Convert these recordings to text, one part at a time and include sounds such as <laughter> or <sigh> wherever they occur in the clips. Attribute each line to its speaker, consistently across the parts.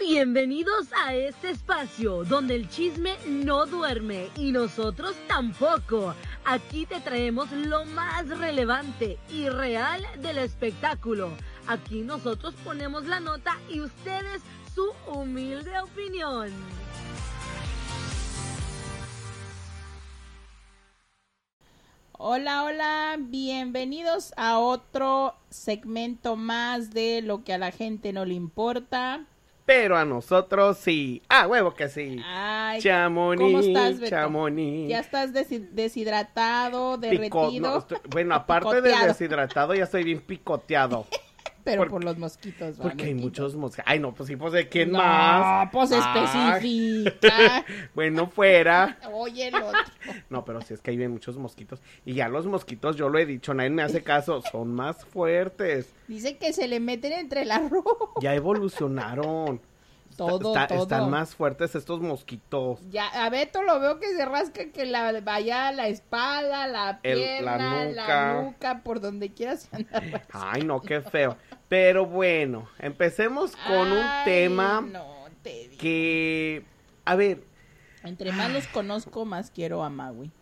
Speaker 1: Bienvenidos a este espacio donde el chisme no duerme y nosotros tampoco. Aquí te traemos lo más relevante y real del espectáculo. Aquí nosotros ponemos la nota y ustedes su humilde opinión.
Speaker 2: Hola, hola, bienvenidos a otro segmento más de lo que a la gente no le importa.
Speaker 3: Pero a nosotros sí. Ah, huevo que sí.
Speaker 2: Ay,
Speaker 3: Chamonix.
Speaker 2: ¿cómo estás, Beto?
Speaker 3: Chamonix.
Speaker 2: ya estás desi- deshidratado,
Speaker 3: Pico-
Speaker 2: derretido,
Speaker 3: no, estoy-
Speaker 2: <laughs>
Speaker 3: bueno, aparte de
Speaker 2: Picoteado.
Speaker 3: deshidratado, ya estoy bien
Speaker 2: <laughs>
Speaker 3: picoteado.
Speaker 2: pero por,
Speaker 3: por-
Speaker 2: los mosquitos.
Speaker 3: Porque hay
Speaker 2: Valentín.
Speaker 3: muchos mosquitos. Ay, no, pues sí, pues de quién
Speaker 2: No,
Speaker 3: más.
Speaker 2: pues
Speaker 3: Ay,
Speaker 2: especifica.
Speaker 3: bueno, fuera.
Speaker 2: Oye, el otro.
Speaker 3: No, pero sí es que hay bien muchos mosquitos. Y ya los mosquitos, yo lo he dicho, nadie me hace caso. Son más fuertes.
Speaker 2: Dice que se le meten entre la ropa.
Speaker 3: Ya evolucionaron.
Speaker 2: Todo,
Speaker 3: Está-
Speaker 2: todo.
Speaker 3: Están más fuertes estos mosquitos.
Speaker 2: Ya, a Beto lo veo que se rasca que la vaya la espalda, la
Speaker 3: El-
Speaker 2: pierna, la
Speaker 3: la
Speaker 2: nuca,
Speaker 3: nuca.
Speaker 2: por donde quieras andar.
Speaker 3: Ay, no, qué feo. Pero bueno, empecemos con un
Speaker 2: Ay,
Speaker 3: tema
Speaker 2: No, te digo.
Speaker 3: que, a ver,
Speaker 2: Entre más los conozco, más quiero a Maui.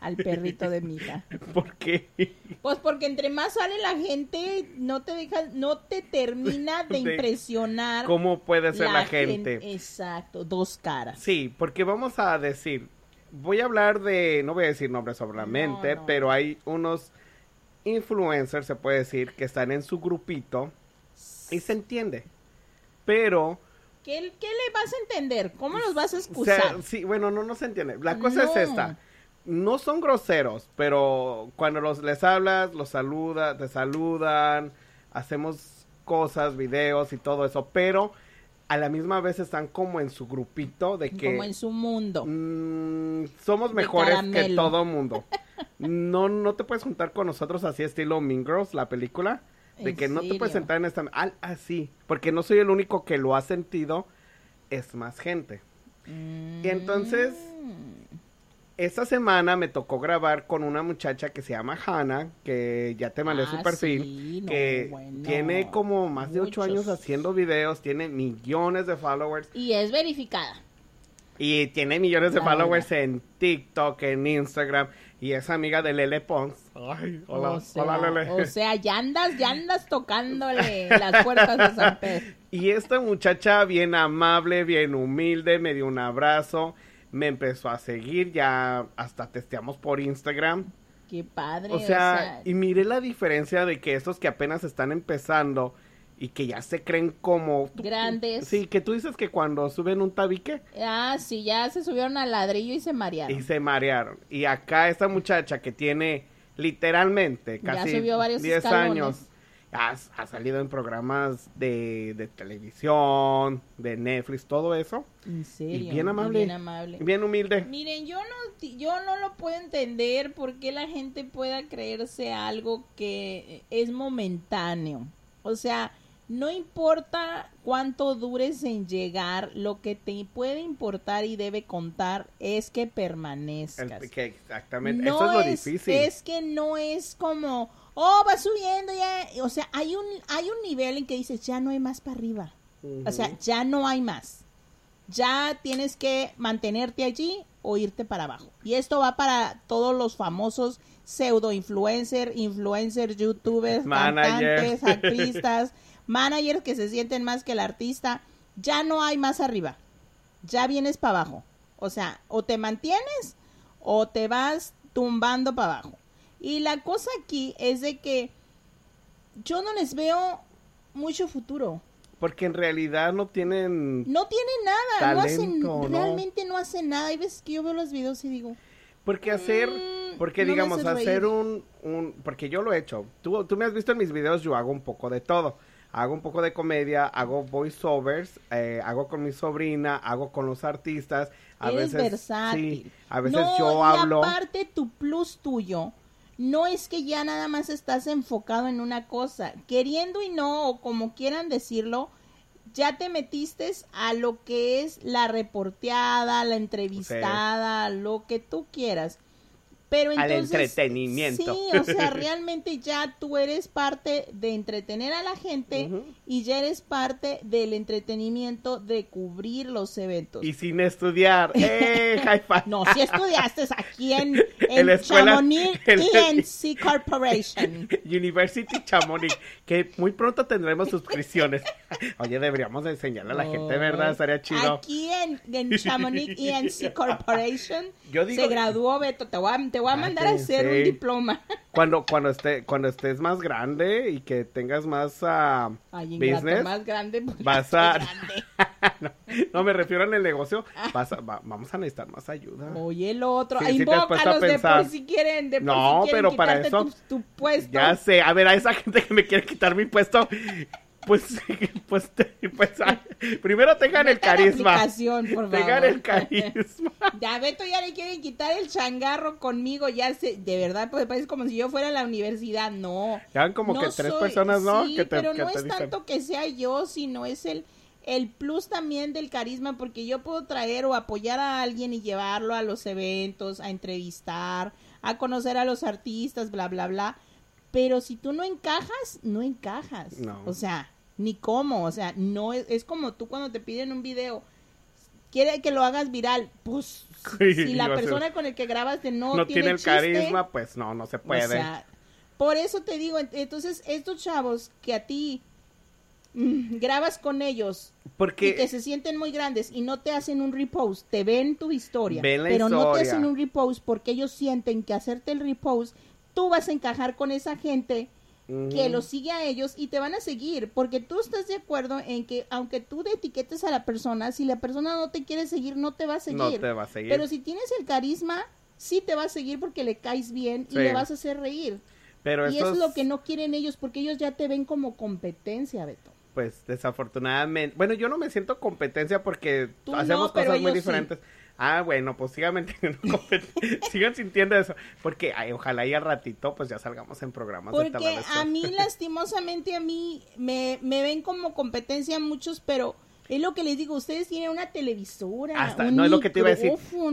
Speaker 2: Al perrito de mi
Speaker 3: <laughs>
Speaker 2: hija.
Speaker 3: <laughs> ¿por qué?
Speaker 2: Pues porque entre más sale la gente, no te deja, no te
Speaker 3: <laughs>
Speaker 2: termina de
Speaker 3: De-
Speaker 2: impresionar.
Speaker 3: ¿Cómo puede ser la, gente?
Speaker 2: Exacto, dos caras.
Speaker 3: Sí, porque vamos a decir, voy a hablar de, no voy a decir nombres obviamente,
Speaker 2: No, no.
Speaker 3: pero hay unos influencers, se puede decir, que están en su grupito y se entiende. Pero,
Speaker 2: ¿Qué, qué le vas a entender? ¿Cómo los vas a
Speaker 3: o sea,
Speaker 2: excusar?
Speaker 3: sí, bueno, no, no se entiende. La cosa
Speaker 2: No.
Speaker 3: es esta. No son groseros, pero cuando los, les hablas, los saludas, te saludan, hacemos cosas, videos y todo eso, pero a la misma vez están como en su grupito de que...
Speaker 2: Como en su mundo.
Speaker 3: Mm, somos
Speaker 2: De
Speaker 3: mejores que
Speaker 2: caramelo. <laughs>
Speaker 3: todo mundo. No, no te puedes juntar con nosotros así estilo Mean Girls, la película. De
Speaker 2: ¿En
Speaker 3: que no te puedes
Speaker 2: serio?
Speaker 3: sentar en esta... al- Así, porque no soy el único que lo ha sentido, es más gente.
Speaker 2: Y
Speaker 3: entonces, Esta semana me tocó grabar con una muchacha que se llama Hannah, que ya te mandé
Speaker 2: Ah,
Speaker 3: su perfil,
Speaker 2: sí, no,
Speaker 3: que
Speaker 2: bueno,
Speaker 3: tiene como más de ocho
Speaker 2: muchos.
Speaker 3: años haciendo videos, tiene millones de followers.
Speaker 2: Y es verificada.
Speaker 3: Y tiene millones de
Speaker 2: La
Speaker 3: followers en TikTok, en Instagram. Y es amiga de Lele Pons. Ay, hola,
Speaker 2: o sea,
Speaker 3: hola Lele.
Speaker 2: O sea, ya andas, ya andas tocándole las puertas de San Pedro.
Speaker 3: <laughs> Y esta muchacha bien amable, bien humilde, me dio un abrazo. Me empezó a seguir, ya hasta testeamos por Instagram.
Speaker 2: Qué padre.
Speaker 3: O sea, y miré la diferencia de que estos que apenas están empezando y que ya se creen como... tú-
Speaker 2: Grandes.
Speaker 3: Sí, que tú dices que cuando suben un tabique,
Speaker 2: Ah, sí, ya se subieron al ladrillo y se marearon.
Speaker 3: Y se marearon. Y acá esta muchacha que tiene literalmente
Speaker 2: Ya
Speaker 3: casi
Speaker 2: subió varios
Speaker 3: 10
Speaker 2: escalones.
Speaker 3: años, ha, ha salido en programas de, de televisión, de Netflix, todo eso.
Speaker 2: En serio.
Speaker 3: bien amable.
Speaker 2: Bien amable.
Speaker 3: Bien humilde.
Speaker 2: Miren, yo no, ti- yo no lo puedo entender por qué la gente pueda creerse algo que es momentáneo. O sea, no importa cuánto dures en llegar, lo que te puede importar y debe contar es que
Speaker 3: El-
Speaker 2: permanezcas.
Speaker 3: que exactamente. eso es lo difícil.
Speaker 2: es que no es como, oh, va subiendo ya. O sea, hay un, hay un nivel en que dices, ya no hay más para arriba.
Speaker 3: Ujú.
Speaker 2: O sea, ya no hay más. Ya tienes que mantenerte allí o irte para abajo. Y esto va para todos los famosos pseudo influencer, influencers, youtubers,
Speaker 3: Managers.
Speaker 2: cantantes, artistas, managers que se sienten más que el artista. Ya no hay más arriba. Ya vienes para abajo. O sea, o te mantienes o te vas tumbando para abajo. Y la cosa aquí es de que yo no les veo mucho futuro.
Speaker 3: Porque en realidad no tienen...
Speaker 2: No tiene nada, no
Speaker 3: Talento,
Speaker 2: hacen,
Speaker 3: ¿no?
Speaker 2: realmente no hacen nada. Hay veces que yo veo los videos y digo,
Speaker 3: Porque hacer,
Speaker 2: Mm,
Speaker 3: porque
Speaker 2: no me
Speaker 3: digamos,
Speaker 2: haces
Speaker 3: hacer
Speaker 2: reír.
Speaker 3: un, un, porque yo lo he hecho. Tú, tú me has visto en mis videos, yo hago un poco de todo. Hago un poco de comedia, hago voiceovers, eh, hago con mi sobrina, hago con los artistas. A
Speaker 2: eres
Speaker 3: veces,
Speaker 2: versátil.
Speaker 3: sí, a veces
Speaker 2: No,
Speaker 3: yo
Speaker 2: Y
Speaker 3: hablo.
Speaker 2: aparte, tu plus tuyo no es que ya nada más estás enfocado en una cosa. Queriendo y no, o como quieran decirlo, ya te metiste a lo que es la reporteada, la entrevistada, lo que tú quieras. Pero
Speaker 3: Al
Speaker 2: entonces,
Speaker 3: entretenimiento.
Speaker 2: Sí, o
Speaker 3: <laughs>
Speaker 2: sea, realmente ya tú eres parte de entretener a la gente
Speaker 3: Ujú.
Speaker 2: y ya eres parte del entretenimiento de cubrir los eventos.
Speaker 3: Y sin
Speaker 2: <laughs>
Speaker 3: estudiar. ¡Eh, high five!
Speaker 2: No, si estudiaste aquí
Speaker 3: <laughs>
Speaker 2: en,
Speaker 3: En
Speaker 2: en
Speaker 3: la escuela-
Speaker 2: Chamonix
Speaker 3: en la- <laughs>
Speaker 2: ENC Corporation.
Speaker 3: University Chamonix, que muy pronto tendremos
Speaker 2: <laughs>
Speaker 3: suscripciones. Oye, deberíamos de enseñarle a la gente, ¿verdad? Estaría chido.
Speaker 2: Aquí en, en Chamonix ENC Corporation
Speaker 3: Yo digo-
Speaker 2: se graduó Beto. Te voy a, te voy a mandar a
Speaker 3: Cállate,
Speaker 2: hacer un
Speaker 3: sí.
Speaker 2: diploma. <laughs>
Speaker 3: Cuando, cuando, esté, cuando estés más grande y que tengas más ah,
Speaker 2: Ay, ingrato,
Speaker 3: business,
Speaker 2: más grande. porque
Speaker 3: Vas
Speaker 2: soy
Speaker 3: a-
Speaker 2: grande.
Speaker 3: no, no, me refiero en el negocio, vas a- va- vamos a necesitar más ayuda.
Speaker 2: Oye, el otro.
Speaker 3: Sí,
Speaker 2: Ay,
Speaker 3: sí te has puesto a
Speaker 2: invócalos de
Speaker 3: pensar.
Speaker 2: por si quieren. De por
Speaker 3: No,
Speaker 2: si quieren
Speaker 3: pero para
Speaker 2: quitarte
Speaker 3: eso-
Speaker 2: Tu, tu puesto.
Speaker 3: Ya sé, a ver, a esa gente que me quiere quitar mi puesto, pues, <laughs> pues, pues, ah, primero tengan el
Speaker 2: Metan
Speaker 3: carisma.
Speaker 2: aplicación, por
Speaker 3: Tengan
Speaker 2: favor. <laughs>
Speaker 3: el carisma.
Speaker 2: Ya, Beto, ya le quieren quitar el changarro conmigo. Ya sé. De verdad, pues parece como si yo fuera a la universidad. No.
Speaker 3: Ya van como
Speaker 2: No
Speaker 3: que tres
Speaker 2: soy-
Speaker 3: personas, ¿no?
Speaker 2: sí,
Speaker 3: que te,
Speaker 2: pero
Speaker 3: que
Speaker 2: no
Speaker 3: te
Speaker 2: es
Speaker 3: dicen.
Speaker 2: tanto que sea yo, sino es el, el plus también del carisma, porque yo puedo traer o apoyar a alguien y llevarlo a los eventos, a entrevistar, a conocer a los artistas, bla, bla, bla. Pero si tú no encajas, no encajas.
Speaker 3: No.
Speaker 2: O sea, ni cómo. O sea, no es, es como tú cuando te piden un video. Quiere que lo hagas viral, pues
Speaker 3: <laughs> Sí,
Speaker 2: si, si la
Speaker 3: iba a ser-
Speaker 2: persona con el que grabaste no,
Speaker 3: no, tiene, el
Speaker 2: chiste,
Speaker 3: carisma, pues no, no se puede.
Speaker 2: o sea, por eso te digo, ent- entonces estos chavos que a ti mm, grabas con ellos y que
Speaker 3: Porque
Speaker 2: se sienten muy grandes y no te hacen un repost, te ven tu historia,
Speaker 3: Ven la
Speaker 2: pero no te
Speaker 3: historia.
Speaker 2: hacen un repost porque ellos sienten que hacerte el repost, tú vas a encajar con esa gente que
Speaker 3: Ujú.
Speaker 2: los sigue a ellos y te van a seguir, porque tú estás de acuerdo en que aunque tú de etiquetes a la persona, si la persona no te quiere seguir, no te va a seguir.
Speaker 3: no te va a seguir.
Speaker 2: Pero si tienes el carisma, sí te va a seguir porque le caes bien y
Speaker 3: Sí.
Speaker 2: le vas a hacer reír.
Speaker 3: Pero
Speaker 2: y
Speaker 3: estos,
Speaker 2: es lo que no quieren ellos porque ellos ya te ven como competencia, Beto.
Speaker 3: pues desafortunadamente, bueno, yo no me siento competencia porque
Speaker 2: Tú
Speaker 3: hacemos
Speaker 2: no, pero
Speaker 3: cosas muy
Speaker 2: ellos sí.
Speaker 3: diferentes. Ah, bueno, pues síganme <laughs> teniendo competen- <laughs> sigan sintiendo eso, porque ay, ojalá y al ratito pues ya salgamos en programas de
Speaker 2: Porque
Speaker 3: televisión.
Speaker 2: a
Speaker 3: <laughs>
Speaker 2: mí, lastimosamente, a mí me, me ven como competencia muchos, pero es lo que les digo, ustedes tienen una televisora,
Speaker 3: hasta
Speaker 2: un
Speaker 3: no es lo que te iba a decir,
Speaker 2: micrófono.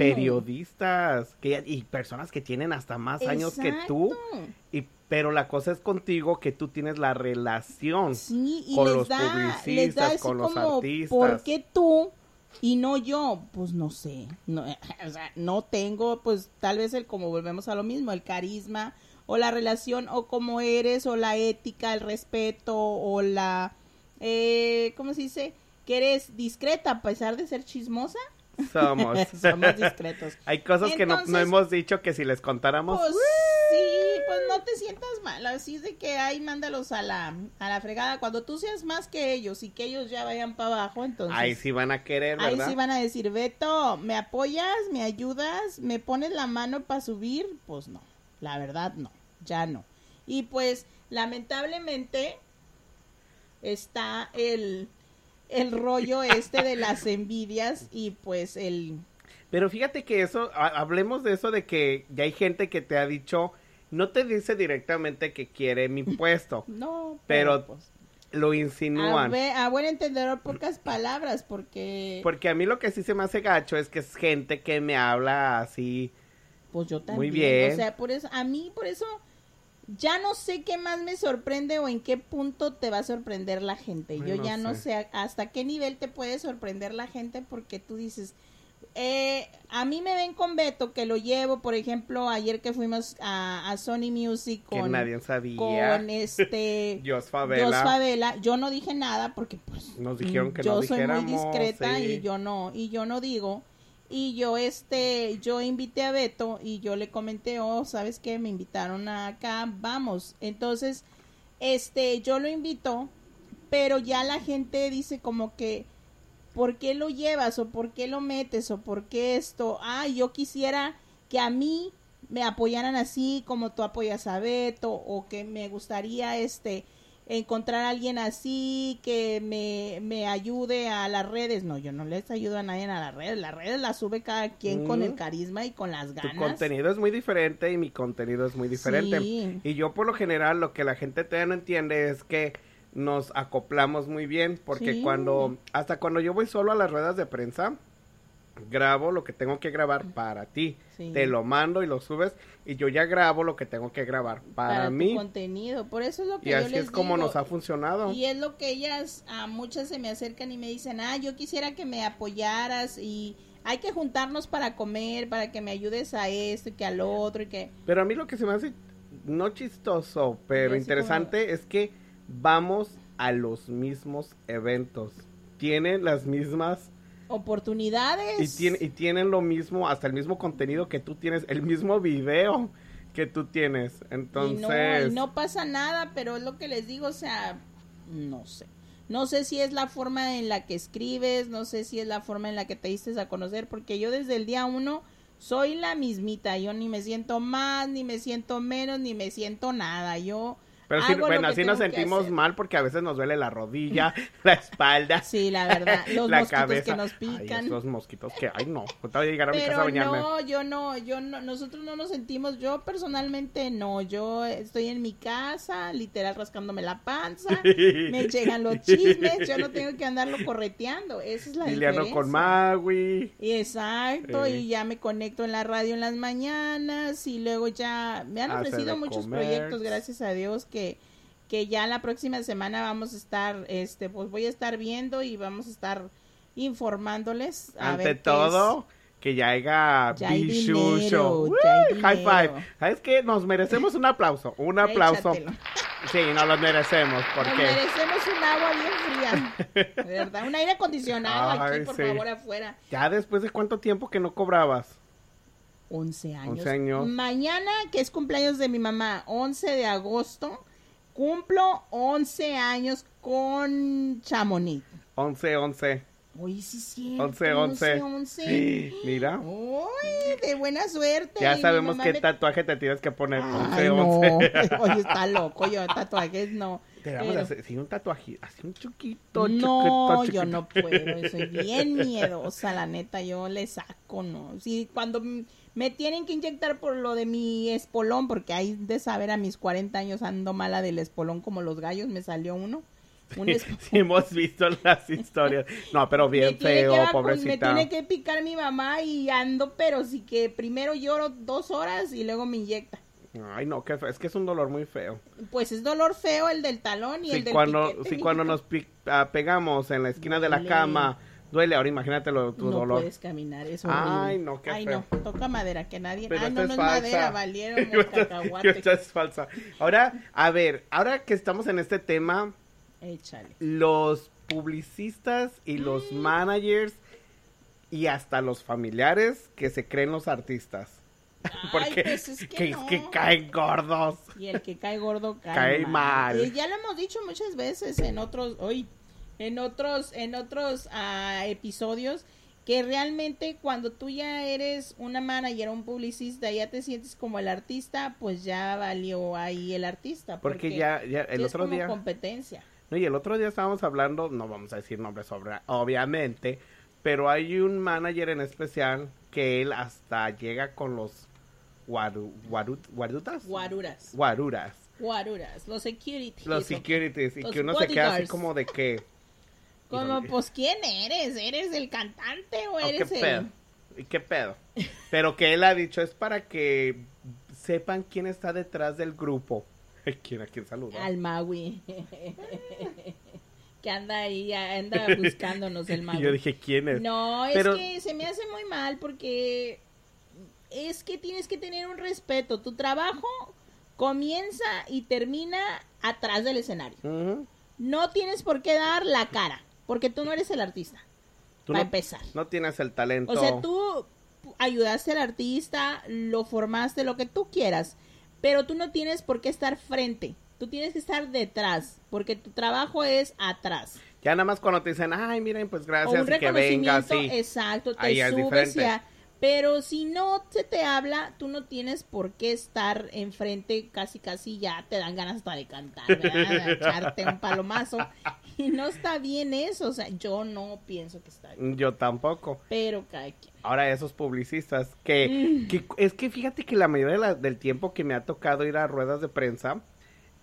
Speaker 3: periodistas que ya- y personas que tienen hasta más años que tú
Speaker 2: Exacto.
Speaker 3: y pero la cosa es contigo que tú tienes la relación.
Speaker 2: Sí, y
Speaker 3: con
Speaker 2: les,
Speaker 3: los
Speaker 2: da, les da
Speaker 3: publicistas,
Speaker 2: así
Speaker 3: con los
Speaker 2: como,
Speaker 3: artistas.
Speaker 2: ¿por qué tú y no yo? Pues no sé, no, <laughs> o sea, no tengo, pues tal vez el, como volvemos a lo mismo, el carisma o la relación o cómo eres o la ética, el respeto o la, eh, ¿cómo se dice? Que eres discreta a pesar de ser chismosa. <laughs>
Speaker 3: Somos.
Speaker 2: Somos discretos.
Speaker 3: Hay cosas que no- no,
Speaker 2: Entonces-
Speaker 3: hemos dicho que si les contáramos.
Speaker 2: Pues sí, pues no te sientas mal, así de que ahí mándalos a la, a la fregada. Cuando tú seas más que ellos y que ellos ya vayan para abajo, entonces
Speaker 3: ahí sí van a querer,
Speaker 2: pues, ahí
Speaker 3: ¿verdad?
Speaker 2: sí van a decir, Beto, ¿me apoyas? ¿Me ayudas? ¿Me pones la mano para subir? Pues no, la verdad no, ya no. Y pues lamentablemente está el, el rollo este de las envidias y pues el...
Speaker 3: Pero fíjate que eso, ha- hablemos de eso de que ya hay gente que te ha dicho, no te dice directamente que quiere
Speaker 2: <laughs>
Speaker 3: mi puesto,
Speaker 2: No,
Speaker 3: Pero
Speaker 2: pues,
Speaker 3: lo
Speaker 2: A,
Speaker 3: insinúan.
Speaker 2: ve- a buen entendedor, pocas palabras, porque
Speaker 3: Porque a mí lo que sí se me hace gacho es que es gente que me habla así.
Speaker 2: pues yo también.
Speaker 3: Muy bien.
Speaker 2: O sea, por eso, a mí por eso ya no sé qué más me sorprende o en qué punto te va a sorprender la gente.
Speaker 3: Ay,
Speaker 2: yo
Speaker 3: no
Speaker 2: ya no
Speaker 3: sé.
Speaker 2: sé a- hasta qué nivel te puede sorprender la gente porque tú dices, eh, a mí me ven con Beto, que lo llevo, por ejemplo, ayer que fuimos a, a Sony Music
Speaker 3: Que
Speaker 2: con,
Speaker 3: nadie sabía.
Speaker 2: con
Speaker 3: <laughs>
Speaker 2: este...
Speaker 3: Dios
Speaker 2: Jos
Speaker 3: Favela.
Speaker 2: Favela, yo no dije nada porque pues
Speaker 3: Nos dijeron que
Speaker 2: yo
Speaker 3: no
Speaker 2: soy muy
Speaker 3: dijéramos,
Speaker 2: discreta
Speaker 3: sí.
Speaker 2: y yo no y yo no digo y yo este yo invité a Beto y yo le comenté oh sabes qué me invitaron acá vamos entonces este yo lo invito pero ya la gente dice como que ¿por qué lo llevas o por qué lo metes o por qué esto? Ay, yo quisiera que a mí me apoyaran así como tú apoyas a Beto o que me gustaría este encontrar a alguien así que me, me ayude a las redes. No, yo no les ayudo a nadie a las redes. Las redes las sube cada quien con
Speaker 3: Mm.
Speaker 2: el carisma y con las
Speaker 3: Tu
Speaker 2: ganas.
Speaker 3: contenido es muy diferente y mi contenido es muy diferente.
Speaker 2: Sí.
Speaker 3: Y yo por lo general lo que la gente todavía no entiende es que nos acoplamos muy bien porque
Speaker 2: Sí.
Speaker 3: cuando hasta cuando yo voy solo a las ruedas de prensa grabo lo que tengo que grabar para ti.
Speaker 2: Sí.
Speaker 3: Te lo mando y lo subes y yo ya grabo lo que tengo que grabar para,
Speaker 2: para tu
Speaker 3: mí.
Speaker 2: contenido. Por eso es lo que
Speaker 3: Y
Speaker 2: yo
Speaker 3: así
Speaker 2: les
Speaker 3: es como
Speaker 2: digo.
Speaker 3: nos ha funcionado.
Speaker 2: Y es lo que ellas, a muchas se me acercan y me dicen, ah, yo quisiera que me apoyaras y hay que juntarnos para comer, para que me ayudes a esto y que al otro y que...
Speaker 3: Pero a mí lo que se me hace no chistoso, pero
Speaker 2: así
Speaker 3: interesante es que vamos a los mismos eventos. Tienen las mismas
Speaker 2: Oportunidades.
Speaker 3: y, tiene- y tienen lo mismo, hasta el mismo contenido que tú tienes, el mismo video que tú tienes.
Speaker 2: Y no,
Speaker 3: Entonces,
Speaker 2: y no pasa nada, pero es lo que les digo, o sea, no sé. No sé si es la forma en la que escribes, no sé si es la forma en la que te diste a conocer, porque yo desde el día uno soy la mismita. Yo ni me siento más, ni me siento menos, ni me siento nada. Yo.
Speaker 3: pero sí,
Speaker 2: hago lo
Speaker 3: bueno,
Speaker 2: que
Speaker 3: así nos
Speaker 2: tengo que
Speaker 3: sentimos
Speaker 2: hacer.
Speaker 3: mal porque a veces nos duele la rodilla, <laughs> la espalda,
Speaker 2: Sí, la verdad. <laughs>
Speaker 3: <laughs>
Speaker 2: Los
Speaker 3: la
Speaker 2: mosquitos
Speaker 3: cabeza.
Speaker 2: que nos
Speaker 3: Ay,
Speaker 2: pican.
Speaker 3: esos mosquitos que, ay no, ahorita voy a llegar a mi casa
Speaker 2: Pero
Speaker 3: a bañarme. <laughs>
Speaker 2: no, yo no, yo no, nosotros no nos sentimos, yo personalmente no, yo estoy en mi casa, literal rascándome la
Speaker 3: <laughs>
Speaker 2: panza, me llegan los chismes, yo no tengo que andarlo correteando, esa es la
Speaker 3: Liliano
Speaker 2: diferencia.
Speaker 3: con Magui.
Speaker 2: Exacto,
Speaker 3: Sí.
Speaker 2: y ya me conecto en la radio en las mañanas y luego ya me han
Speaker 3: Hace
Speaker 2: ofrecido
Speaker 3: de
Speaker 2: muchos
Speaker 3: comer.
Speaker 2: proyectos, gracias a Dios que que ya la próxima semana vamos a estar este pues voy a estar viendo y vamos a estar informándoles a
Speaker 3: Ante
Speaker 2: ver qué es.
Speaker 3: todo, que ya haya
Speaker 2: Ya hay
Speaker 3: Bishu
Speaker 2: dinero,
Speaker 3: Show.
Speaker 2: ya hay
Speaker 3: ¡Woo! High
Speaker 2: dinero.
Speaker 3: five. ¿Sabes qué? Nos merecemos un aplauso. Un
Speaker 2: <laughs>
Speaker 3: aplauso.
Speaker 2: Échatelo.
Speaker 3: Sí, nos lo merecemos. Porque...
Speaker 2: Nos merecemos un agua bien fría, de ¿verdad? Un aire acondicionado
Speaker 3: <laughs> Ay,
Speaker 2: aquí, por
Speaker 3: sí.
Speaker 2: favor, afuera.
Speaker 3: Ya después de cuánto tiempo que no cobrabas.
Speaker 2: 11 años.
Speaker 3: 11 años.
Speaker 2: Mañana, que es cumpleaños de mi mamá, 11 de agosto, cumplo 11 años con Chamonix.
Speaker 3: 11, 11.
Speaker 2: Uy, sí, sí.
Speaker 3: 11, 11.
Speaker 2: 11.
Speaker 3: Sí, Mira.
Speaker 2: Uy, de buena suerte. Y
Speaker 3: Ya
Speaker 2: mi
Speaker 3: sabemos
Speaker 2: mamá
Speaker 3: qué
Speaker 2: me-
Speaker 3: tatuaje te tienes que poner.
Speaker 2: Ay,
Speaker 3: 11,
Speaker 2: no. <laughs>
Speaker 3: 11.
Speaker 2: Oye, está loco, yo tatuajes no.
Speaker 3: Te damos
Speaker 2: Pero-
Speaker 3: así, sí, un tatuaje, así un chiquito.
Speaker 2: No,
Speaker 3: chiquito, chiquito.
Speaker 2: yo
Speaker 3: <laughs>
Speaker 2: no puedo, soy bien miedosa, la neta, yo le saco, ¿no? Sí, cuando m- me tienen que inyectar por lo de mi espolón, porque ahí de saber a mis 40 años ando mala del espolón como los gallos, me salió uno.
Speaker 3: <laughs>
Speaker 2: Un espolón.
Speaker 3: Sí, hemos visto las historias. No, pero bien
Speaker 2: me tiene que
Speaker 3: feo,
Speaker 2: vacu- Me
Speaker 3: pobrecita.
Speaker 2: tiene que picar mi mamá y ando, pero sí que primero lloro dos horas y luego me inyecta.
Speaker 3: Ay, no, qué feo. Es que es un dolor muy feo.
Speaker 2: Pues es dolor feo el del talón y
Speaker 3: si
Speaker 2: el del
Speaker 3: cuando,
Speaker 2: piquete. <laughs>
Speaker 3: si cuando nos pi- ah, pegamos en la esquina de la
Speaker 2: Duele.
Speaker 3: cama, duele. Ahora imagínatelo tu
Speaker 2: no
Speaker 3: dolor.
Speaker 2: puedes caminar, es horrible.
Speaker 3: Ay, no, qué
Speaker 2: Ay,
Speaker 3: feo.
Speaker 2: no, toca madera, que nadie.
Speaker 3: Pero
Speaker 2: Ay, no,
Speaker 3: esta
Speaker 2: no es
Speaker 3: es falsa.
Speaker 2: madera,
Speaker 3: <laughs>
Speaker 2: valieron
Speaker 3: Yo
Speaker 2: los
Speaker 3: esto- yo
Speaker 2: cacahuates.
Speaker 3: esto es falsa. Ahora, a ver, ahora que estamos en este tema, <laughs>
Speaker 2: Échale.
Speaker 3: los publicistas y los
Speaker 2: Mm.
Speaker 3: managers y hasta los familiares que se creen los artistas. Porque
Speaker 2: Ay, pues
Speaker 3: <laughs>
Speaker 2: es que,
Speaker 3: que,
Speaker 2: no.
Speaker 3: que caen gordos.
Speaker 2: Y el que cae
Speaker 3: <laughs>
Speaker 2: gordo cae,
Speaker 3: Cae mal.
Speaker 2: Y ya lo hemos dicho muchas veces en otros, hoy, en otros, en otros ah, episodios, que realmente cuando tú ya eres una manager, un publicista, ya te sientes como el artista, pues ya valió ahí el artista.
Speaker 3: Porque ya, ya el
Speaker 2: ya es
Speaker 3: otro
Speaker 2: como
Speaker 3: día.
Speaker 2: competencia.
Speaker 3: No, y el otro día estábamos hablando, no vamos a decir nombres obra- obviamente, pero hay un manager en especial que él hasta llega con los guaru, guaru- guarutas.
Speaker 2: Guaruras.
Speaker 3: Guaruras.
Speaker 2: Guaruras. Los security.
Speaker 3: Los
Speaker 2: eso.
Speaker 3: securities. Y
Speaker 2: Los
Speaker 3: que uno se queda así
Speaker 2: bodyguards.
Speaker 3: como de que...
Speaker 2: Como,
Speaker 3: Híjole.
Speaker 2: pues, ¿quién eres? ¿Eres el cantante o
Speaker 3: "Oh, ¿Qué
Speaker 2: eres
Speaker 3: pedo?
Speaker 2: el...?
Speaker 3: ¿Y qué pedo?
Speaker 2: <laughs>
Speaker 3: Pero que él ha dicho es para que sepan quién está detrás del grupo. <laughs> ¿Quién a quién saluda?
Speaker 2: Al Maui. <laughs> que anda ahí,
Speaker 3: <laughs>
Speaker 2: anda buscándonos el
Speaker 3: Y
Speaker 2: Maui.
Speaker 3: yo dije, ¿quién es?
Speaker 2: No, es
Speaker 3: Pero-
Speaker 2: que se me hace muy mal porque es que tienes que tener un respeto. Tu trabajo comienza y termina atrás del escenario.
Speaker 3: Ujú.
Speaker 2: No tienes por qué dar la cara, porque tú no eres el artista,
Speaker 3: Tú
Speaker 2: para
Speaker 3: no,
Speaker 2: empezar.
Speaker 3: no tienes el talento.
Speaker 2: O sea, tú ayudaste al artista, lo formaste, lo que tú quieras, pero tú no tienes por qué estar frente, tú tienes que estar detrás, porque tu trabajo es atrás.
Speaker 3: Ya nada más cuando te dicen, ay, miren, pues
Speaker 2: o un
Speaker 3: gracias y que venga,
Speaker 2: reconocimiento,
Speaker 3: sí.
Speaker 2: exacto, te
Speaker 3: Ahí es
Speaker 2: subes
Speaker 3: diferente.
Speaker 2: ya. Pero si no se te habla, tú no tienes por qué estar enfrente, casi casi ya te dan ganas hasta de cantar, ¿verdad? de echarte un palomazo. Y no está bien eso, o sea, yo no pienso que está bien.
Speaker 3: Yo tampoco.
Speaker 2: Pero cada quien.
Speaker 3: Ahora esos publicistas que,
Speaker 2: Mm.
Speaker 3: que- es que fíjate que la mayoría de la- del tiempo que me ha tocado ir a ruedas de prensa,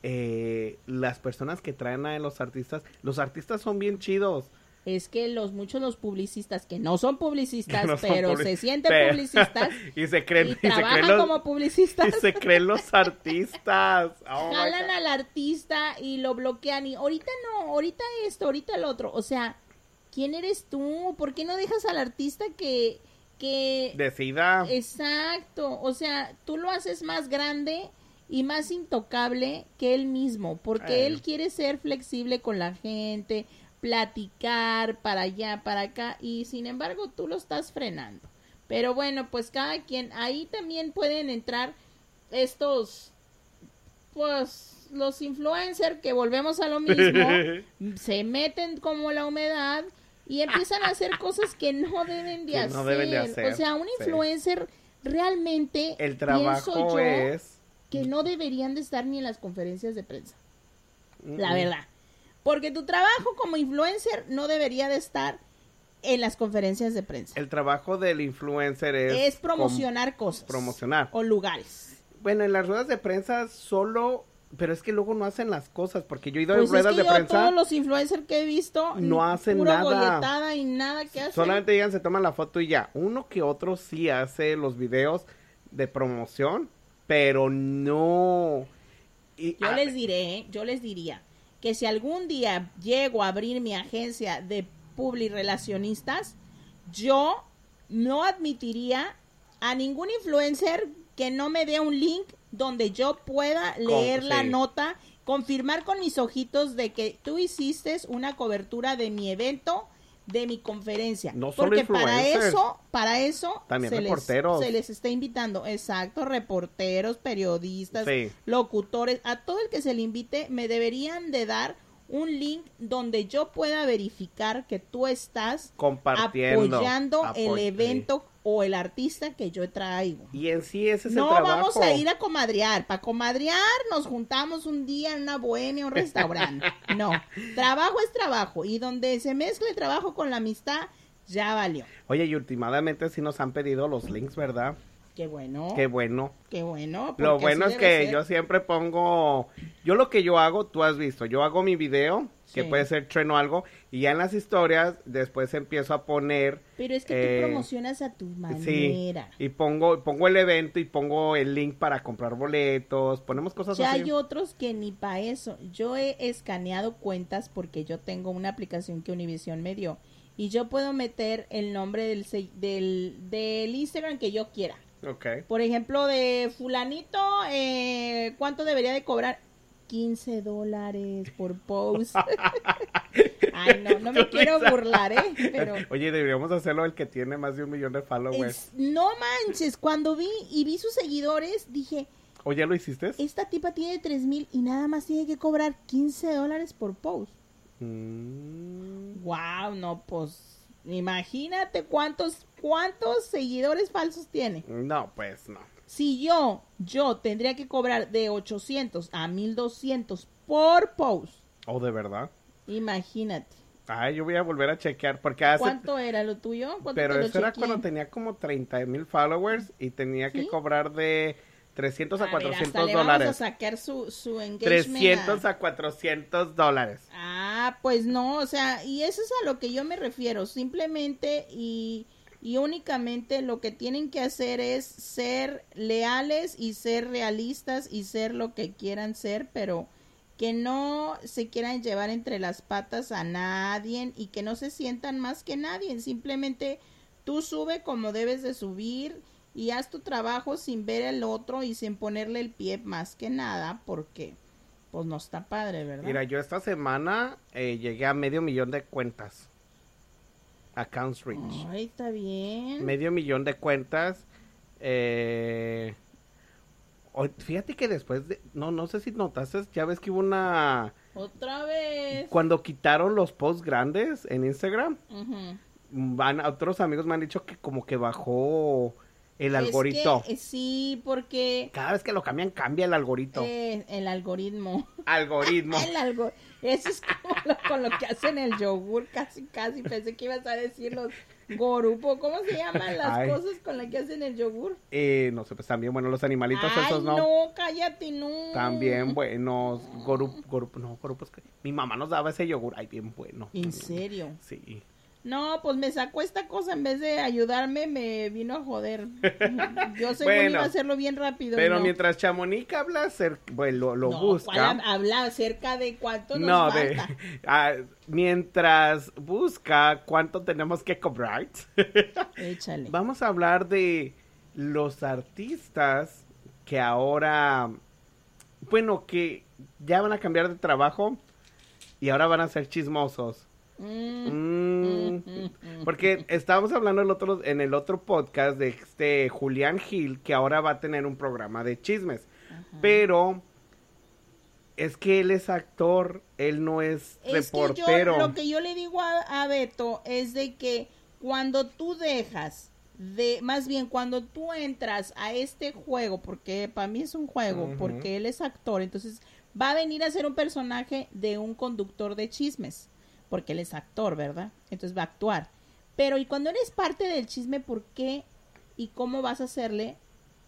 Speaker 3: eh, las personas que traen a los artistas, los artistas son bien chidos.
Speaker 2: es que los muchos los publicistas que no son publicistas,
Speaker 3: <laughs> no son
Speaker 2: pero
Speaker 3: public-
Speaker 2: se sienten
Speaker 3: pero- <laughs>
Speaker 2: publicistas
Speaker 3: y se creen,
Speaker 2: y
Speaker 3: <laughs> y se creen
Speaker 2: trabajan
Speaker 3: los,
Speaker 2: como publicistas,
Speaker 3: y se creen los artistas. <laughs> Oh, my
Speaker 2: jalan
Speaker 3: God.
Speaker 2: al artista y lo bloquean y ahorita no, ahorita esto, ahorita el otro. O sea, ¿quién eres tú? ¿Por qué no dejas al artista que que
Speaker 3: Decida.
Speaker 2: Exacto, o sea, tú lo haces más grande y más intocable que él mismo, porque
Speaker 3: Ay.
Speaker 2: él quiere ser flexible con la gente, platicar para allá, para acá, y sin embargo tú lo estás frenando. Pero bueno, pues cada quien, ahí también pueden entrar estos, pues los influencers que volvemos a lo mismo,
Speaker 3: <laughs>
Speaker 2: se meten como la humedad y empiezan a hacer cosas que no deben de,
Speaker 3: <laughs> Que
Speaker 2: hacer.
Speaker 3: no deben de
Speaker 2: O
Speaker 3: hacer,
Speaker 2: sea, un
Speaker 3: sí.
Speaker 2: influencer realmente
Speaker 3: El
Speaker 2: pienso
Speaker 3: trabajo
Speaker 2: yo
Speaker 3: es.
Speaker 2: que no deberían de estar ni en las conferencias de prensa, la
Speaker 3: Mm,
Speaker 2: verdad. Porque tu trabajo como influencer no debería de estar en las conferencias de prensa.
Speaker 3: El trabajo del influencer es.
Speaker 2: Es
Speaker 3: promocionar
Speaker 2: promocionar cosas.
Speaker 3: promocionar.
Speaker 2: O lugares.
Speaker 3: Bueno, en las ruedas de prensa solo. Pero es que luego no hacen las cosas. Porque yo he ido
Speaker 2: Pues
Speaker 3: en
Speaker 2: es
Speaker 3: ruedas
Speaker 2: que
Speaker 3: de
Speaker 2: yo
Speaker 3: prensa.
Speaker 2: todos los influencers que he visto
Speaker 3: no hacen
Speaker 2: puro
Speaker 3: nada.
Speaker 2: golletada y nada que hacen.
Speaker 3: Solamente llegan, se toman la foto y ya. Uno que otro sí hace los videos de promoción, pero no. Y,
Speaker 2: Yo
Speaker 3: ah,
Speaker 2: les diré, ¿eh? yo les diría que si algún día llego a abrir mi agencia de publirelacionistas, yo no admitiría a ningún influencer que no me dé un link donde yo pueda leer la
Speaker 3: sí.
Speaker 2: nota, confirmar con mis ojitos de que tú hiciste una cobertura de mi evento, de mi conferencia.
Speaker 3: No solo
Speaker 2: Porque para
Speaker 3: influencers.
Speaker 2: eso, para eso
Speaker 3: También
Speaker 2: se,
Speaker 3: reporteros.
Speaker 2: Les, se les está invitando, exacto, reporteros, periodistas,
Speaker 3: Sí.
Speaker 2: locutores, a todo el que se le invite, me deberían de dar un link donde yo pueda verificar que tú estás
Speaker 3: Compartiendo. Ah,
Speaker 2: apoyando
Speaker 3: Apo-
Speaker 2: el evento o el artista que yo traigo.
Speaker 3: Y en sí ese Este es
Speaker 2: No
Speaker 3: el trabajo.
Speaker 2: vamos a ir a comadrear. Para comadrear nos juntamos un día en una bohemia, un
Speaker 3: <laughs>
Speaker 2: restaurante. No, trabajo es trabajo. Y donde se mezcle el trabajo con la amistad, ya valió.
Speaker 3: Oye, y últimamente sí nos han pedido los links, ¿verdad?
Speaker 2: Qué bueno.
Speaker 3: Qué
Speaker 2: Qué,
Speaker 3: bueno.
Speaker 2: bueno.
Speaker 3: Lo
Speaker 2: porque
Speaker 3: bueno
Speaker 2: así
Speaker 3: es
Speaker 2: debe
Speaker 3: que
Speaker 2: ser.
Speaker 3: yo siempre pongo, yo lo que yo hago, tú has visto, yo hago mi video, que
Speaker 2: Sí.
Speaker 3: puede ser treno algo, y ya en las historias después empiezo a poner
Speaker 2: Pero es que tú
Speaker 3: eh,
Speaker 2: promocionas a tu manera.
Speaker 3: Sí, y pongo, pongo el evento y pongo el link para comprar boletos, ponemos cosas
Speaker 2: Ya
Speaker 3: así.
Speaker 2: hay otros que ni para eso. Yo he escaneado cuentas porque yo tengo una aplicación que Univision me dio y yo puedo meter el nombre del, se- del, del Instagram que yo quiera.
Speaker 3: Ok.
Speaker 2: Por ejemplo, de fulanito, eh, ¿cuánto debería de cobrar? 15 dólares por
Speaker 3: <laughs>
Speaker 2: post. Ay, no, no me
Speaker 3: Tu
Speaker 2: quiero
Speaker 3: risa.
Speaker 2: burlar, ¿eh? Pero...
Speaker 3: <laughs> Oye, deberíamos hacerlo el que tiene más de un millón de followers.
Speaker 2: es- no manches, cuando vi y vi sus seguidores, dije,
Speaker 3: ¿O ya lo hiciste?
Speaker 2: esta tipa tiene 3 mil y nada más tiene que cobrar 15 dólares por post.
Speaker 3: Mm.
Speaker 2: Wow, no, pues imagínate cuántos, cuántos seguidores falsos tiene.
Speaker 3: No, pues no.
Speaker 2: Si yo, yo tendría que cobrar de 800 a 1200 por post,
Speaker 3: ¿O de verdad?
Speaker 2: imagínate.
Speaker 3: Ay, yo voy a volver a chequear porque hace...
Speaker 2: ¿Cuánto era lo tuyo? ¿Cuánto
Speaker 3: Pero
Speaker 2: te lo
Speaker 3: eso era
Speaker 2: chequeé?
Speaker 3: cuando tenía como 30 mil followers y tenía que
Speaker 2: ¿Sí?
Speaker 3: cobrar de 300 a,
Speaker 2: A ver, hasta
Speaker 3: 400
Speaker 2: le Vamos
Speaker 3: dólares.
Speaker 2: a sacar su, su engagement.
Speaker 3: 300
Speaker 2: a-
Speaker 3: a 400 dólares.
Speaker 2: Ah, pues no, o sea, y eso es a lo que yo me refiero. Simplemente y, y únicamente lo que tienen que hacer es ser leales y ser realistas y ser lo que quieran ser, pero que no se quieran llevar entre las patas a nadie y que no se sientan más que nadie. Simplemente tú sube como debes de subir y haz tu trabajo sin ver al otro y sin ponerle el pie más que nada, porque pues no está padre, ¿verdad?
Speaker 3: Mira, yo esta semana eh, llegué a medio millón de cuentas. Accounts Reach.
Speaker 2: Ay, está bien.
Speaker 3: Medio millón de cuentas. eh, hoy- fíjate que después de... No, no sé si notaste, ya ves que hubo una...
Speaker 2: Otra vez.
Speaker 3: Cuando quitaron los posts grandes en Instagram,
Speaker 2: Ujú.
Speaker 3: van, otros amigos me han dicho que como que bajó
Speaker 2: Es
Speaker 3: el algoritmo.
Speaker 2: que, eh, sí, porque
Speaker 3: Cada vez que lo cambian, cambia el algoritmo.
Speaker 2: eh, el algoritmo. <laughs>
Speaker 3: Algoritmo.
Speaker 2: El algo- Eso es como lo- con lo que hacen el yogur, casi, casi. Pensé que ibas a decir los gorupo. ¿Cómo se llaman las
Speaker 3: Ay.
Speaker 2: cosas con las que hacen el yogur?
Speaker 3: Eh, no sé, pues también, bueno, los animalitos
Speaker 2: Ay,
Speaker 3: esos no.
Speaker 2: cállate, no. Mm.
Speaker 3: También buenos. Gorup, gorup, no, gorupos. que- Mi mamá nos daba ese yogur. Ay, bien bueno. Mm,
Speaker 2: ¿En serio?
Speaker 3: Sí.
Speaker 2: No, pues me sacó esta cosa en vez de ayudarme, me vino a joder. Yo según
Speaker 3: Bueno.
Speaker 2: iba a hacerlo bien rápido. y
Speaker 3: Pero
Speaker 2: no.
Speaker 3: mientras Chamonica habla, cer- bueno, lo, lo
Speaker 2: No,
Speaker 3: busca.
Speaker 2: ¿cuál hab- habla acerca de cuánto nos
Speaker 3: No, de,
Speaker 2: falta?
Speaker 3: <laughs> ah, mientras busca cuánto tenemos que cobrar, <laughs>
Speaker 2: Échale.
Speaker 3: vamos a hablar de los artistas que ahora, bueno, que ya van a cambiar de trabajo y ahora van a ser chismosos.
Speaker 2: Mm,
Speaker 3: Mm, porque estábamos hablando el otro, en el otro podcast de este Julián Gil, que ahora va a tener un programa de chismes.
Speaker 2: mm. ajá.
Speaker 3: Pero es que él es actor, él no es,
Speaker 2: Es que yo-
Speaker 3: reportero.
Speaker 2: lo que yo le digo a, a Beto es de que cuando tú dejas de, más bien cuando tú entras a este juego, porque para mí es un juego,
Speaker 3: Ujú.
Speaker 2: porque él es actor, entonces va a venir a ser un personaje de un conductor de chismes, porque él es actor, ¿verdad? Entonces va a actuar. Pero y cuando eres parte del chisme, ¿por qué y cómo vas a hacerle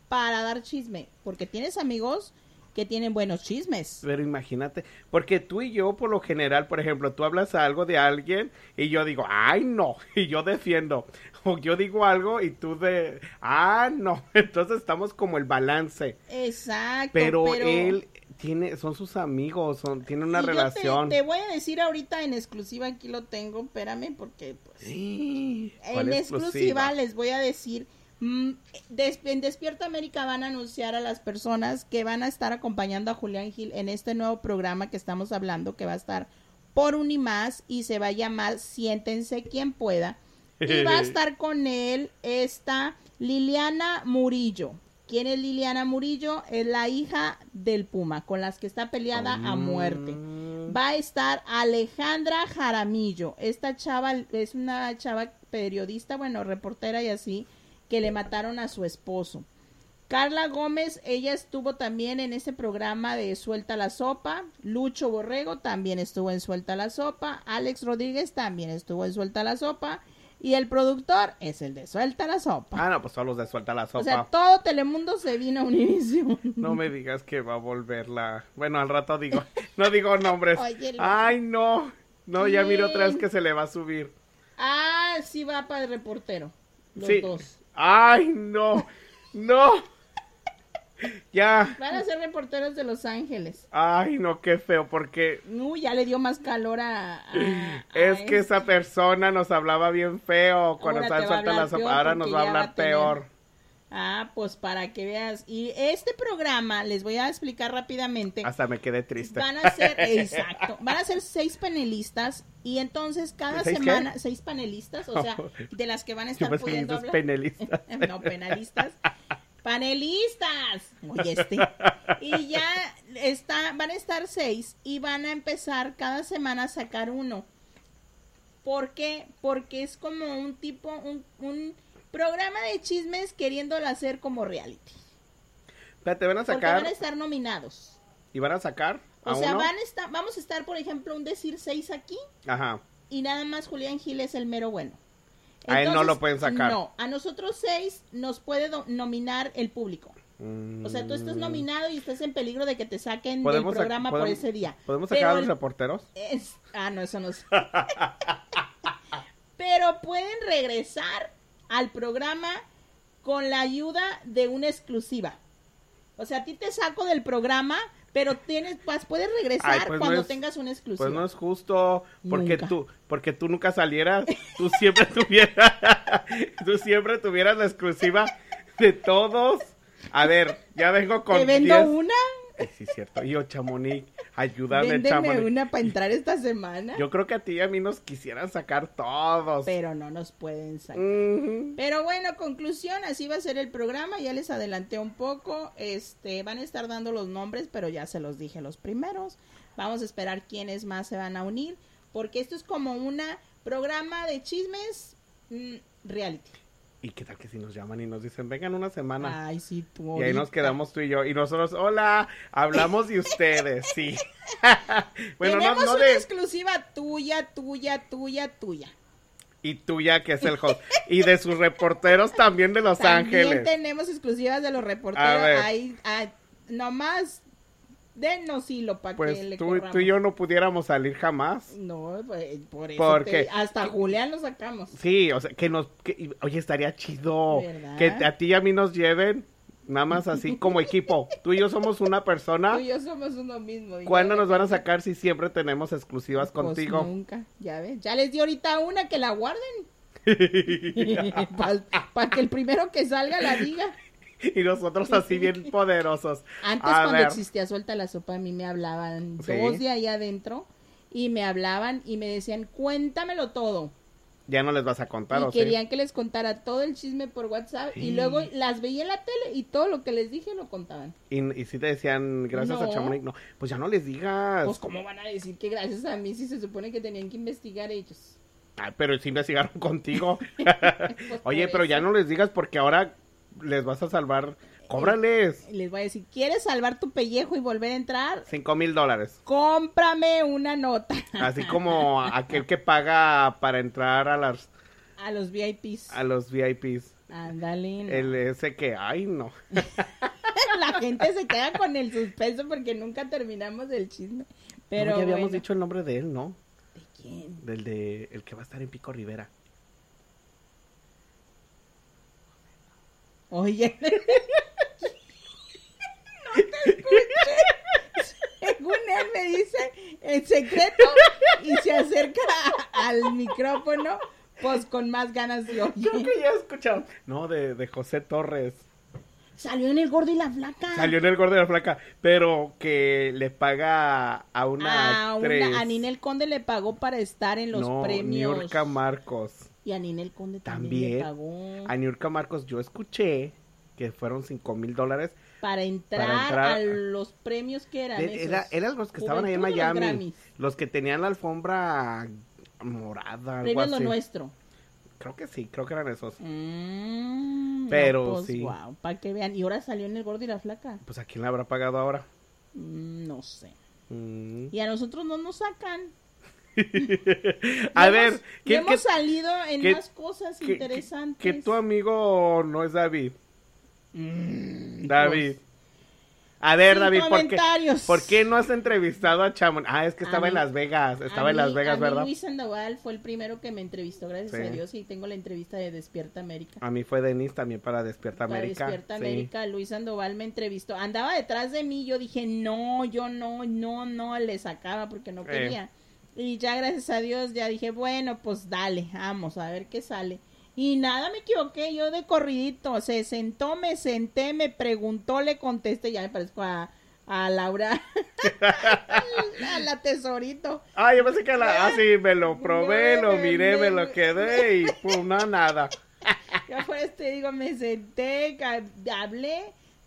Speaker 2: para dar chisme? Porque tienes amigos que tienen buenos chismes.
Speaker 3: Pero imagínate, porque tú y yo por lo general, por ejemplo, tú hablas algo de alguien y yo digo, ay no, <laughs> y yo defiendo. O yo digo algo y tú de, ah no. <laughs> Entonces estamos como el balance.
Speaker 2: Exacto.
Speaker 3: Pero, él tiene, son sus amigos, son, tiene una
Speaker 2: Y yo te-
Speaker 3: relación.
Speaker 2: Te, voy a decir ahorita en exclusiva, aquí lo tengo, espérame, porque pues,
Speaker 3: Sí, ¿cuál
Speaker 2: en exclusiva?
Speaker 3: exclusiva?
Speaker 2: les voy a decir, mm, des- en Despierta América van a anunciar a las personas que van a estar acompañando a Julián Gil en este nuevo programa que estamos hablando, que va a estar por Unimás y se va a llamar Siéntense quien
Speaker 3: <laughs>
Speaker 2: pueda. Y va a estar con él esta Liliana Murillo. ¿Quién es Liliana Murillo? Es la hija del Puma, con las que está peleada a muerte
Speaker 3: Mm.
Speaker 2: va a estar Alejandra Jaramillo. Esta chava es una chava periodista, bueno, reportera y así, que le mataron a su esposo. Carla Gómez, ella estuvo también en ese programa de Suelta la Sopa. Lucho Borrego también estuvo en Suelta la Sopa. Alex Rodríguez también estuvo en Suelta la Sopa. Y el productor es el de Suelta la Sopa.
Speaker 3: Ah, no, pues solo de suelta la sopa.
Speaker 2: O sea, todo Telemundo se vino a Univision. <laughs>
Speaker 3: No me digas que va a volverla. Bueno, al rato digo. <laughs> No digo nombres.
Speaker 2: Oye, Lu-
Speaker 3: Ay, no. No, ya miro otra vez
Speaker 2: ¿Quién?
Speaker 3: que se le va a subir.
Speaker 2: Ah, sí va para el reportero. Los
Speaker 3: sí.
Speaker 2: dos.
Speaker 3: Ay, no. No. Ya.
Speaker 2: Van a ser reporteros de Los Ángeles.
Speaker 3: Ay, no, qué feo, porque
Speaker 2: Uy, ya le dio más calor a. a- a
Speaker 3: es
Speaker 2: este.
Speaker 3: que esa persona nos hablaba bien feo cuando
Speaker 2: Ahora
Speaker 3: estaba
Speaker 2: te va a
Speaker 3: suelta
Speaker 2: hablar peor
Speaker 3: la sopa. Ahora
Speaker 2: porque
Speaker 3: nos va a
Speaker 2: ya va a
Speaker 3: hablar
Speaker 2: tener-
Speaker 3: peor.
Speaker 2: Ah, pues para que veas. Y este programa, les voy a explicar rápidamente.
Speaker 3: Hasta me quedé triste.
Speaker 2: Van a
Speaker 3: <laughs>
Speaker 2: ser, exacto, van a ser seis panelistas y entonces cada
Speaker 3: ¿Seis qué?
Speaker 2: semana, seis panelistas, o
Speaker 3: <laughs>
Speaker 2: sea, de las que van a
Speaker 3: Yo
Speaker 2: estar
Speaker 3: pensé que
Speaker 2: pudiendo
Speaker 3: esos
Speaker 2: hablar.
Speaker 3: penalistas.
Speaker 2: <laughs> no, penalistas. ¡Panelistas! Oye, este. Y ya está, van a estar seis y van a empezar cada semana a sacar uno. ¿Por qué? Porque es como un tipo, un, un programa de chismes queriéndolo hacer como reality.
Speaker 3: Te van a
Speaker 2: Porque van
Speaker 3: sacar
Speaker 2: a estar nominados.
Speaker 3: y van a sacar a
Speaker 2: O sea,
Speaker 3: uno.
Speaker 2: van a estar, vamos a estar, por ejemplo, un decir seis aquí
Speaker 3: Ajá.
Speaker 2: y nada más Julián Gil es el mero bueno.
Speaker 3: A él no lo pueden sacar.
Speaker 2: No, a nosotros seis nos puede do- nominar el público. O sea, tú estás
Speaker 3: Mm.
Speaker 2: nominado y estás en peligro de que te saquen del
Speaker 3: Podemos sac-
Speaker 2: programa por
Speaker 3: podemos-
Speaker 2: ese día.
Speaker 3: ¿Podemos
Speaker 2: Pero
Speaker 3: sacar a los
Speaker 2: el-
Speaker 3: reporteros?
Speaker 2: es- Ah, no, eso no sé. <laughs> Pero pueden regresar al programa con la ayuda de una exclusiva. O sea, a ti te saco del programa, pero tienes, pues, puedes regresar
Speaker 3: Ay, pues no
Speaker 2: cuando
Speaker 3: es-
Speaker 2: tengas una exclusiva.
Speaker 3: Pues no es justo, porque
Speaker 2: Nunca.
Speaker 3: tú, porque tú nunca salieras, tú siempre <laughs> tuvieras, tú siempre tuvieras la exclusiva de todos. A ver, ya vengo con
Speaker 2: te vendo
Speaker 3: 10.
Speaker 2: una,
Speaker 3: Ay, sí, cierto. Yo, Chamonix, ayúdame,
Speaker 2: véndeme
Speaker 3: Chamonix.
Speaker 2: una para entrar esta semana.
Speaker 3: Yo creo que a ti y a mí nos quisieran sacar todos.
Speaker 2: Pero no nos pueden sacar.
Speaker 3: Ujú.
Speaker 2: Pero bueno, conclusión, así va a ser el programa, ya les adelanté un poco, este, van a estar dando los nombres, pero ya se los dije los primeros. Vamos a esperar quiénes más se van a unir, porque esto es como una programa de chismes mm, reality.
Speaker 3: ¿Y qué tal que si nos llaman y nos dicen, vengan una semana?
Speaker 2: Ay, sí, tú.
Speaker 3: y ahí nos
Speaker 2: ahorita.
Speaker 3: quedamos tú y yo. Y nosotros, hola, hablamos de ustedes, sí. <laughs> bueno, no,
Speaker 2: Tenemos
Speaker 3: no
Speaker 2: una
Speaker 3: de...
Speaker 2: exclusiva tuya, tuya, tuya, tuya.
Speaker 3: Y tuya, que es el host. Y de sus reporteros también de Los
Speaker 2: También
Speaker 3: Ángeles.
Speaker 2: tenemos exclusivas de los
Speaker 3: A
Speaker 2: reporteros.
Speaker 3: ver.
Speaker 2: Ahí, ah, nomás, denos hilo para que le
Speaker 3: Pues tú,
Speaker 2: corramos.
Speaker 3: tú y yo no pudiéramos salir jamás.
Speaker 2: No, pues, por eso.
Speaker 3: Porque-
Speaker 2: te- hasta Julián lo sacamos.
Speaker 3: Sí, o sea, que nos... que- y- oye, estaría chido
Speaker 2: ¿Verdad?
Speaker 3: que te- a ti y a mí nos lleven, nada más así como equipo. Tú y yo somos una persona.
Speaker 2: Tú y yo somos uno mismo. y
Speaker 3: ¿Ah? ¿Cuándo
Speaker 2: ya
Speaker 3: nos
Speaker 2: ves,
Speaker 3: van a sacar si siempre tenemos exclusivas
Speaker 2: pues,
Speaker 3: contigo?
Speaker 2: nunca, ya ves. Ya les di ahorita una que la guarden. para que el primero que salga la diga.
Speaker 3: <laughs> Y nosotros
Speaker 2: <laughs>
Speaker 3: así bien poderosos.
Speaker 2: Antes
Speaker 3: a
Speaker 2: cuando
Speaker 3: ver,
Speaker 2: existía Suelta la Sopa, a mí me hablaban
Speaker 3: Sí.
Speaker 2: dos de ahí adentro y me hablaban y me decían, cuéntamelo todo.
Speaker 3: ya no les vas a contar,
Speaker 2: y
Speaker 3: ¿o sí?
Speaker 2: querían que les contara todo el chisme por WhatsApp y
Speaker 3: Sí.
Speaker 2: luego las veía en la tele y todo lo que les dije lo contaban.
Speaker 3: Y, y si te decían, gracias a
Speaker 2: No.
Speaker 3: Chamonix, no, pues ya no les digas.
Speaker 2: Pues cómo van a decir que gracias a mí si se supone que tenían que investigar ellos.
Speaker 3: Ah, pero sí investigaron
Speaker 2: <laughs>
Speaker 3: contigo.
Speaker 2: Pues,
Speaker 3: Oye,
Speaker 2: por
Speaker 3: pero ya
Speaker 2: eso
Speaker 3: no les digas porque ahora les vas a salvar. Cóbrales
Speaker 2: Les voy a decir, ¿quieres salvar tu pellejo y volver a entrar?
Speaker 3: cinco mil dólares.
Speaker 2: Cómprame una nota <laughs>
Speaker 3: Así como a- aquel que paga para entrar a las
Speaker 2: a los VIPs.
Speaker 3: a los VIPs.
Speaker 2: Ándale. no.
Speaker 3: El ese que, ay, no.
Speaker 2: <laughs> La gente se queda con el suspenso porque nunca terminamos el chisme. Pero
Speaker 3: No, ya habíamos
Speaker 2: bueno.
Speaker 3: dicho el nombre de él, ¿no?
Speaker 2: ¿De quién?
Speaker 3: Del de el que va a estar en
Speaker 2: <laughs>
Speaker 3: Pico Rivera.
Speaker 2: Oye. <laughs> no te escuché. Según él me dice en secreto y se acerca a- al micrófono, pues con más ganas de
Speaker 3: Creo
Speaker 2: oye.
Speaker 3: que ya he escuchado. No, de, de José Torres.
Speaker 2: Salió en el gordo y la flaca.
Speaker 3: Salió en el gordo de la flaca, pero que le paga a una
Speaker 2: a,
Speaker 3: actriz.
Speaker 2: Ah, una, a Ninel Conde le pagó para estar en los
Speaker 3: no,
Speaker 2: premios.
Speaker 3: Niurka Marcos.
Speaker 2: y a Ninel Conde también,
Speaker 3: También.
Speaker 2: le pagó.
Speaker 3: A Niurka Marcos yo escuché que fueron cinco mil dólares.
Speaker 2: para entrar,
Speaker 3: entrar-
Speaker 2: a los premios que eran.
Speaker 3: De- Era,
Speaker 2: esos.
Speaker 3: eran los que estaban ahí en
Speaker 2: Juventud de los
Speaker 3: Miami.
Speaker 2: Grammys.
Speaker 3: Los, que tenían la alfombra morada, algo
Speaker 2: Premios lo
Speaker 3: así.
Speaker 2: nuestro.
Speaker 3: Creo que sí, creo que eran esos.
Speaker 2: Mm, no,
Speaker 3: Pero
Speaker 2: pues,
Speaker 3: sí.
Speaker 2: Wow, para que vean. Y ahora salió en el gordo y la flaca.
Speaker 3: Pues a quién le habrá pagado ahora.
Speaker 2: Mm, no sé.
Speaker 3: Mm.
Speaker 2: Y a nosotros no nos sacan.
Speaker 3: A
Speaker 2: No
Speaker 3: ver,
Speaker 2: hemos-
Speaker 3: ¿qué-
Speaker 2: no hemos
Speaker 3: qué-
Speaker 2: salido en
Speaker 3: qué-
Speaker 2: más cosas
Speaker 3: qué-
Speaker 2: interesantes.
Speaker 3: que tu amigo no es David. David. A ver,
Speaker 2: Sin
Speaker 3: David,
Speaker 2: Mm,
Speaker 3: ¿por qué,
Speaker 2: pues, comentarios.
Speaker 3: por qué no has entrevistado a Chamon? Ah, es que
Speaker 2: A
Speaker 3: estaba en
Speaker 2: mí-
Speaker 3: Las Vegas. Estaba
Speaker 2: A
Speaker 3: en
Speaker 2: mí-
Speaker 3: Las Vegas,
Speaker 2: a
Speaker 3: ¿verdad?
Speaker 2: Mí Luis Sandoval fue el primero que me entrevistó, gracias
Speaker 3: Sí.
Speaker 2: a Dios, y tengo la entrevista de Despierta América.
Speaker 3: A mí fue Denise también para Despierta
Speaker 2: Para
Speaker 3: América.
Speaker 2: Despierta
Speaker 3: sí.
Speaker 2: América, Luis Sandoval me entrevistó. Andaba detrás de mí, yo dije, no, yo no, no, no, le sacaba porque no
Speaker 3: Eh.
Speaker 2: quería. Y ya gracias a Dios, ya dije, bueno, pues dale, vamos a ver qué sale. Y nada, me equivoqué, yo de corridito, se sentó, me senté, me preguntó, le contesté, ya me parezco a, a Laura, <laughs> a la tesorito.
Speaker 3: Ah, yo pensé que la. Ah, sí,
Speaker 2: <laughs>
Speaker 3: me lo probé, lo
Speaker 2: Me-
Speaker 3: miré, me
Speaker 2: me-
Speaker 3: lo quedé y pum, no, nada.
Speaker 2: Ya fue te digo, me senté, ca- hablé,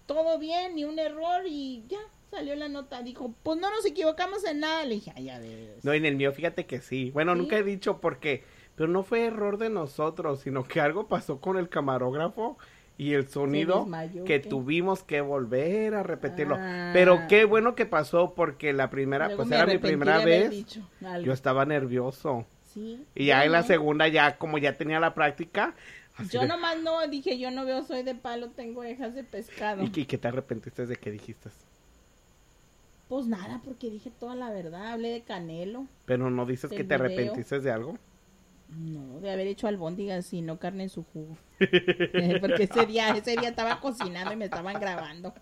Speaker 2: todo bien, ni un error y ya salió la nota. Dijo, pues no nos equivocamos en nada. Le dije, ay, ya ves.
Speaker 3: No, en el mío, fíjate que sí. Bueno,
Speaker 2: Sí.
Speaker 3: nunca he dicho por qué. Pero no fue error de nosotros, sino que algo pasó con el camarógrafo y el sonido
Speaker 2: desmayó,
Speaker 3: que
Speaker 2: ¿qué?
Speaker 3: tuvimos que volver a repetirlo.
Speaker 2: Ah.
Speaker 3: Pero qué bueno que pasó porque la primera,
Speaker 2: Luego
Speaker 3: pues
Speaker 2: me
Speaker 3: era mi
Speaker 2: arrepentí de
Speaker 3: primera
Speaker 2: haber
Speaker 3: vez.
Speaker 2: dicho algo.
Speaker 3: Yo estaba nervioso.
Speaker 2: Sí,
Speaker 3: Y ya
Speaker 2: yo
Speaker 3: en la
Speaker 2: no.
Speaker 3: segunda, ya como ya tenía la práctica. así
Speaker 2: Yo
Speaker 3: de-
Speaker 2: nomás no dije, yo no veo, soy de palo, tengo orejas de pescado.
Speaker 3: ¿Y, que- y que te arrepentiste de que dijiste.
Speaker 2: Pues nada, porque dije toda la verdad, hablé de canelo,
Speaker 3: Pero no dices
Speaker 2: Del
Speaker 3: que te
Speaker 2: video.
Speaker 3: arrepentiste de algo.
Speaker 2: no, de haber hecho albóndigas y no carne en su jugo. <laughs> porque ese día, ese día estaba cocinando y me estaban grabando.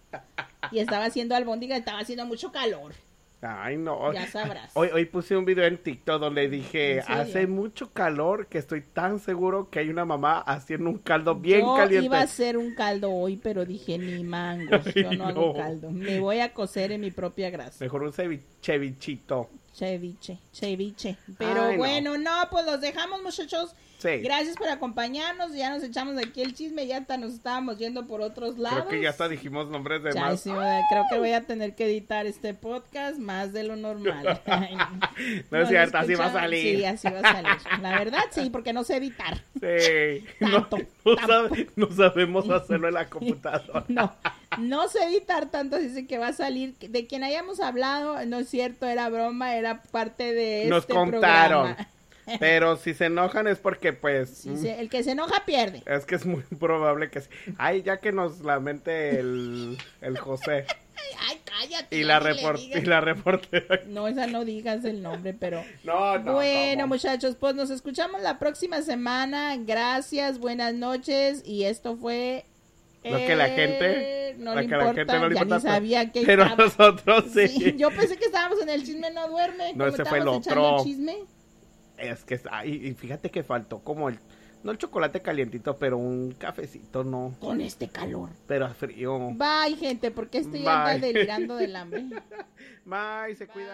Speaker 2: Y estaba haciendo albóndigas, estaba haciendo mucho calor.
Speaker 3: Ay, no.
Speaker 2: Ya sabrás.
Speaker 3: Hoy, hoy puse un video en TikTok donde dije,
Speaker 2: ¿En serio?
Speaker 3: hace mucho calor que estoy tan seguro que hay una mamá haciendo un caldo bien
Speaker 2: yo
Speaker 3: caliente.
Speaker 2: iba a hacer un caldo hoy, pero dije ni mangos, yo no,
Speaker 3: <laughs> Ay, no.
Speaker 2: hago caldo. Me voy a cocer en mi propia grasa.
Speaker 3: Mejor un cevichito.
Speaker 2: Ceviche, ceviche. Pero
Speaker 3: Ay, no.
Speaker 2: bueno, no. pues los dejamos, muchachos.
Speaker 3: Sí.
Speaker 2: Gracias por acompañarnos. Ya nos echamos de aquí el chisme, ya hasta nos estábamos yendo por otros lados.
Speaker 3: Creo que ya hasta dijimos nombres de
Speaker 2: Ya
Speaker 3: más.
Speaker 2: sí, voy a- creo que voy a tener que editar este podcast más de lo
Speaker 3: <laughs>
Speaker 2: normal. Ay, no.
Speaker 3: No es
Speaker 2: lo
Speaker 3: cierto, así va a
Speaker 2: escucharon.
Speaker 3: salir.
Speaker 2: Sí, así va a salir. La verdad, sí, porque no sé editar.
Speaker 3: Sí.
Speaker 2: <laughs>
Speaker 3: No,
Speaker 2: Tanto,
Speaker 3: no
Speaker 2: tanto. Este
Speaker 3: sabe- no sabemos hacerlo
Speaker 2: <laughs>
Speaker 3: en la computadora.
Speaker 2: No, no sé editar tanto, dice que va a salir. De quien hayamos hablado, no es cierto, era broma, era parte de este
Speaker 3: Nos contaron.
Speaker 2: programa.
Speaker 3: Pero si se enojan es porque, pues,
Speaker 2: Sí, sí, el que se enoja pierde.
Speaker 3: es que es muy <laughs> probable que sí. Ay, ya que nos lamente el, el José
Speaker 2: Ay, cállate.
Speaker 3: y
Speaker 2: ya
Speaker 3: la,
Speaker 2: ni le
Speaker 3: repor- y
Speaker 2: digas.
Speaker 3: la reportera.
Speaker 2: No, esa no digas el nombre, pero...
Speaker 3: No, no.
Speaker 2: bueno,
Speaker 3: ¿cómo?
Speaker 2: muchachos, pues nos escuchamos la próxima semana. Gracias, buenas noches. Y esto fue...
Speaker 3: Lo que la
Speaker 2: eh,
Speaker 3: gente-
Speaker 2: No
Speaker 3: lo
Speaker 2: le
Speaker 3: que a la
Speaker 2: importa,
Speaker 3: gente no le
Speaker 2: ya
Speaker 3: importa,
Speaker 2: ni sabía que
Speaker 3: Pero
Speaker 2: estaba.
Speaker 3: nosotros sí.
Speaker 2: Sí, yo pensé que estábamos en el chisme no duerme.
Speaker 3: No,
Speaker 2: como
Speaker 3: ese fue el
Speaker 2: estábamos
Speaker 3: otro.
Speaker 2: echando chisme.
Speaker 3: Es que, ay, y fíjate que faltó como el, no el chocolate calientito, pero un cafecito, no,
Speaker 2: Con este calor.
Speaker 3: pero frío.
Speaker 2: Bye, gente, porque estoy anda
Speaker 3: Bye.
Speaker 2: delirando del hambre.
Speaker 3: Bye, se cuida.